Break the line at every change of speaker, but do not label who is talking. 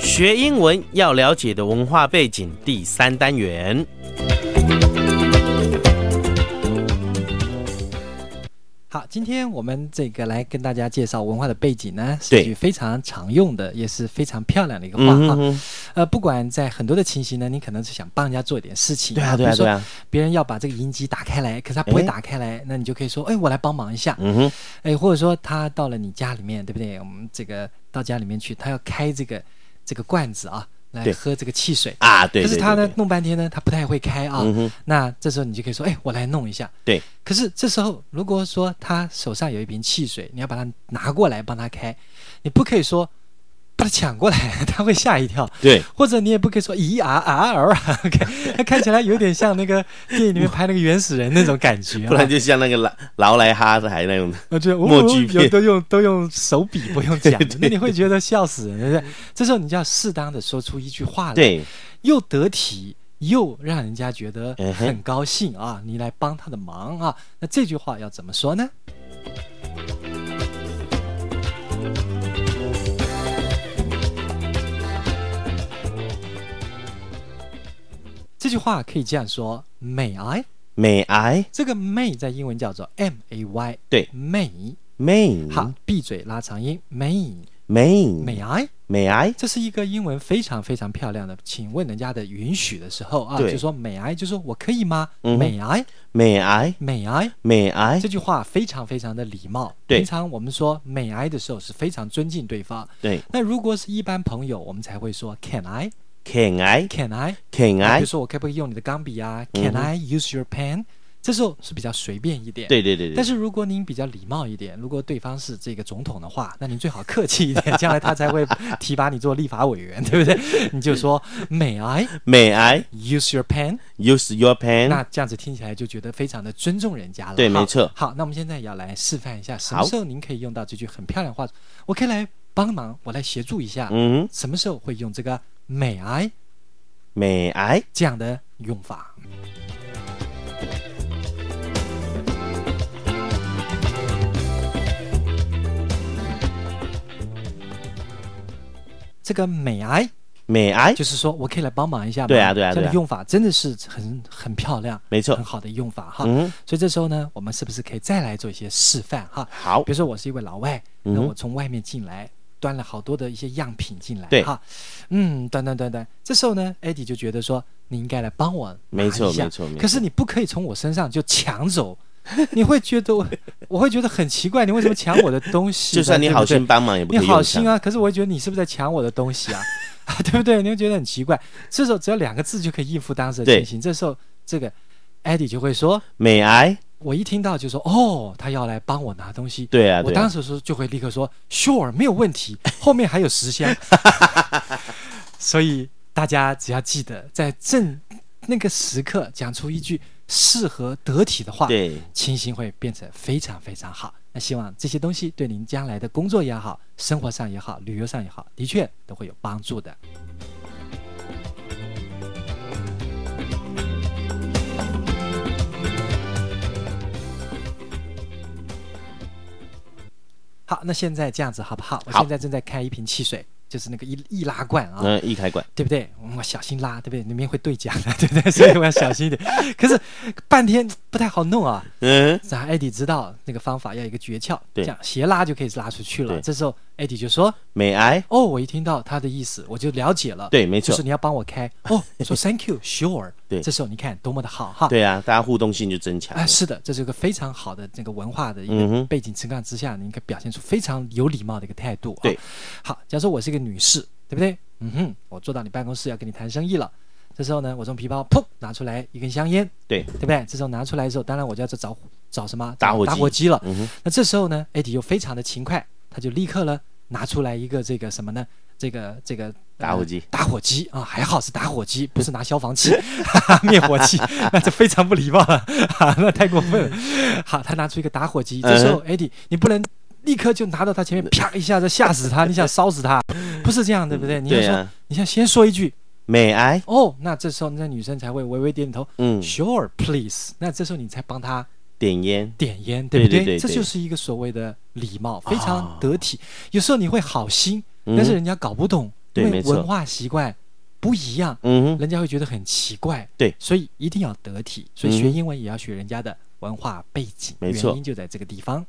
学英文要了解的文化背景第三单元。
好，今天我们这个来跟大家介绍文化的背景呢，是
对
一句非常常用的，也是非常漂亮的一个话
嗯哼
啊。
哼，
呃，不管在很多的情形呢，你可能是想帮人家做一点事情，
对啊，对啊，
比
对
如说
啊，
别人要把这个音机打开来，可是他不会
哎
打开来，那你就可以说，哎，我来帮忙一下，
嗯哼，
哎，或者说他到了你家里面，对不对？我们这个到家里面去，他要开这个这个罐子啊，来
对
喝这个汽水。
啊，对，
可
对
是他呢，，
对
弄半天呢，他不太会开啊。
嗯哼，
那这时候你就可以说，哎，我来弄一下。
对，
可是这时候，如果说他手上有一瓶汽水，你要把它拿过来帮他开，你不可以说把它抢过来，他会吓一跳。
对，
或者你也不可以说咦啊啊儿啊，OK，他看起来有点像那个电影里面拍那个原始人那种感觉、啊，
不然就像那个劳劳莱哈还那种的，
我觉得
默剧
哦、
片
有都用都用手比不用讲
对，对
那你会觉得笑死人，对不对？这时候你就要适当的说出一句话来，，
对，
又得体又让人家觉得
嗯哼
很高兴啊，你来帮他的忙啊，那这句话要怎么说呢？这句话可以这样说：May I？
美 I
这个 may 在英文叫做 m a y，
对嗯
，may。
美
好，闭嘴，拉长音，may
美
may I？
美 I
这是一个英文非常非常漂亮的，请问人家的允许的时候啊，
对
就说 may I，就说我可以吗、
嗯哼
m a y I
美 I
may I
美 I
这句话非常非常的礼貌。
对
平常我们说 may I 的时候是非常尊敬对方。
对
那如果是一般朋友，我们才会说 Can I
，Can I
Can I？
Can
比
I
如说我可不可以用你的钢笔啊
嗯
？Can
哼
I use your pen？这时候是比较随便一点。
对对对对，
但是如果您比较礼貌一点，如果对方是这个总统的话，那您最好客气一点，将来他才会提拔你做立法委员， 对不对？你就说 May I
May I
use your pen？
use your pen？
那这样子听起来就觉得非常的尊重人家了。
嗯对
好
没错
好，那我们现在要来示范一下，什么时候您可以用到这句很漂亮的话？我可以来帮忙，我来协助一下。
嗯
什么时候会用这个 May I
，May I
这样的用法？这个 May I
May I？
就是说我可以来帮忙一下吗？
对啊对啊
这
对
样
啊
的用法真的是很很漂亮，
没错
很好的用法哈。
嗯，
所以这时候呢，我们是不是可以再来做一些示范哈？
好
比，如说我是一位老外，
嗯哼
那我从外面进来，端了好多的一些样品进来，
对
哈，嗯，端端端端。这时候呢，Eddie 就觉得说你应该来帮我拿
没错
一下
没错没错
可是你不可以从我身上就抢走，你会觉得我，我会觉得很奇怪，你为什么抢我的东西呢？
就算你
对不
好
对
心帮忙也不
你
可以
好
用
心
上。
啊，可是我会觉得你是不是在抢我的东西啊？ 对不对？你会觉得很奇怪。这时候只要两个字就可以应付当时的
对
情形。这时候这个 Eddie 就会说。
May I？
我一听到就说哦，他要来帮我拿东西，
对啊，
我
对啊
当，时说就会立刻说 sure 没有 问题，后面还有十箱， 所以大家只要记得在正那个时刻讲出一句适合得体的话，
对，
情形会变成非常非常好。那希望这些东西对您将来的工作也好、生活上也好、旅游上也好，的确都会有帮助的。好，那现在这样子好不好？我
好
现在正在开一瓶汽水，就是那个易易拉罐啊。
嗯，一开馆，
对不对？我小心拉，对不对？里面会兑奖的，对不对？所以我要小心一点。可是半天不太好弄啊。
嗯，
然后艾迪知道那个方法要有一个诀窍，
对
这样斜拉就可以拉出去了。
对
这时候艾迪就说
May I？：“
哦，我一听到他的意思，我就了解了。”，
对，没
就
错
是，你要帮我开。哦，我说 Thank you, sure。
对
这时候你看多么的好哈。
对啊，大家互动性就增强
啊，
了。
是的，这是一个非常好的这个文化的一
嗯
个
哼
背景情况之下，你应该表现出非常有礼貌的一个态度、啊。
对，
好，假如说我是一个女士，对不对？嗯哼，我坐到你办公室要跟你谈生意了，这时候呢，我从皮包砰拿出来一根香烟，
对，
对不对？这时候拿出来的时候，当然我就要去找找什么
打火
打
机
火机了。
嗯哼，
那这时候呢，艾迪又非常的勤快，他就立刻呢拿出来一个这个什么呢？这个这个。呃
打火机
打火机啊，还好是打火机，不是拿消防器、哈哈灭火 器，那就非常不礼貌了，哈、那太过分了。好，他拿出一个打火机，这时候
嗯
艾迪，你不能立刻就拿到他前面，啪一下子吓死他，你想烧死他，不是这样，对不对？你要
对
说，
啊
你要先说一句
，May I？
哦，那这时候那女生才会微微点头、
嗯，
s u r e please，那这时候你才帮他
点烟，
点烟，对不
对对对
这
对
就是一个所谓的礼貌，
啊
非常得体。有时候你会好心，
嗯
但是人家搞不懂，因
对
为
没错
文化习惯不一样，
嗯哼，
人家会觉得很奇怪。
对
所以一定要得体，所
嗯
以学英文也要学人家的文化背景，
没错
原因就在这个地方。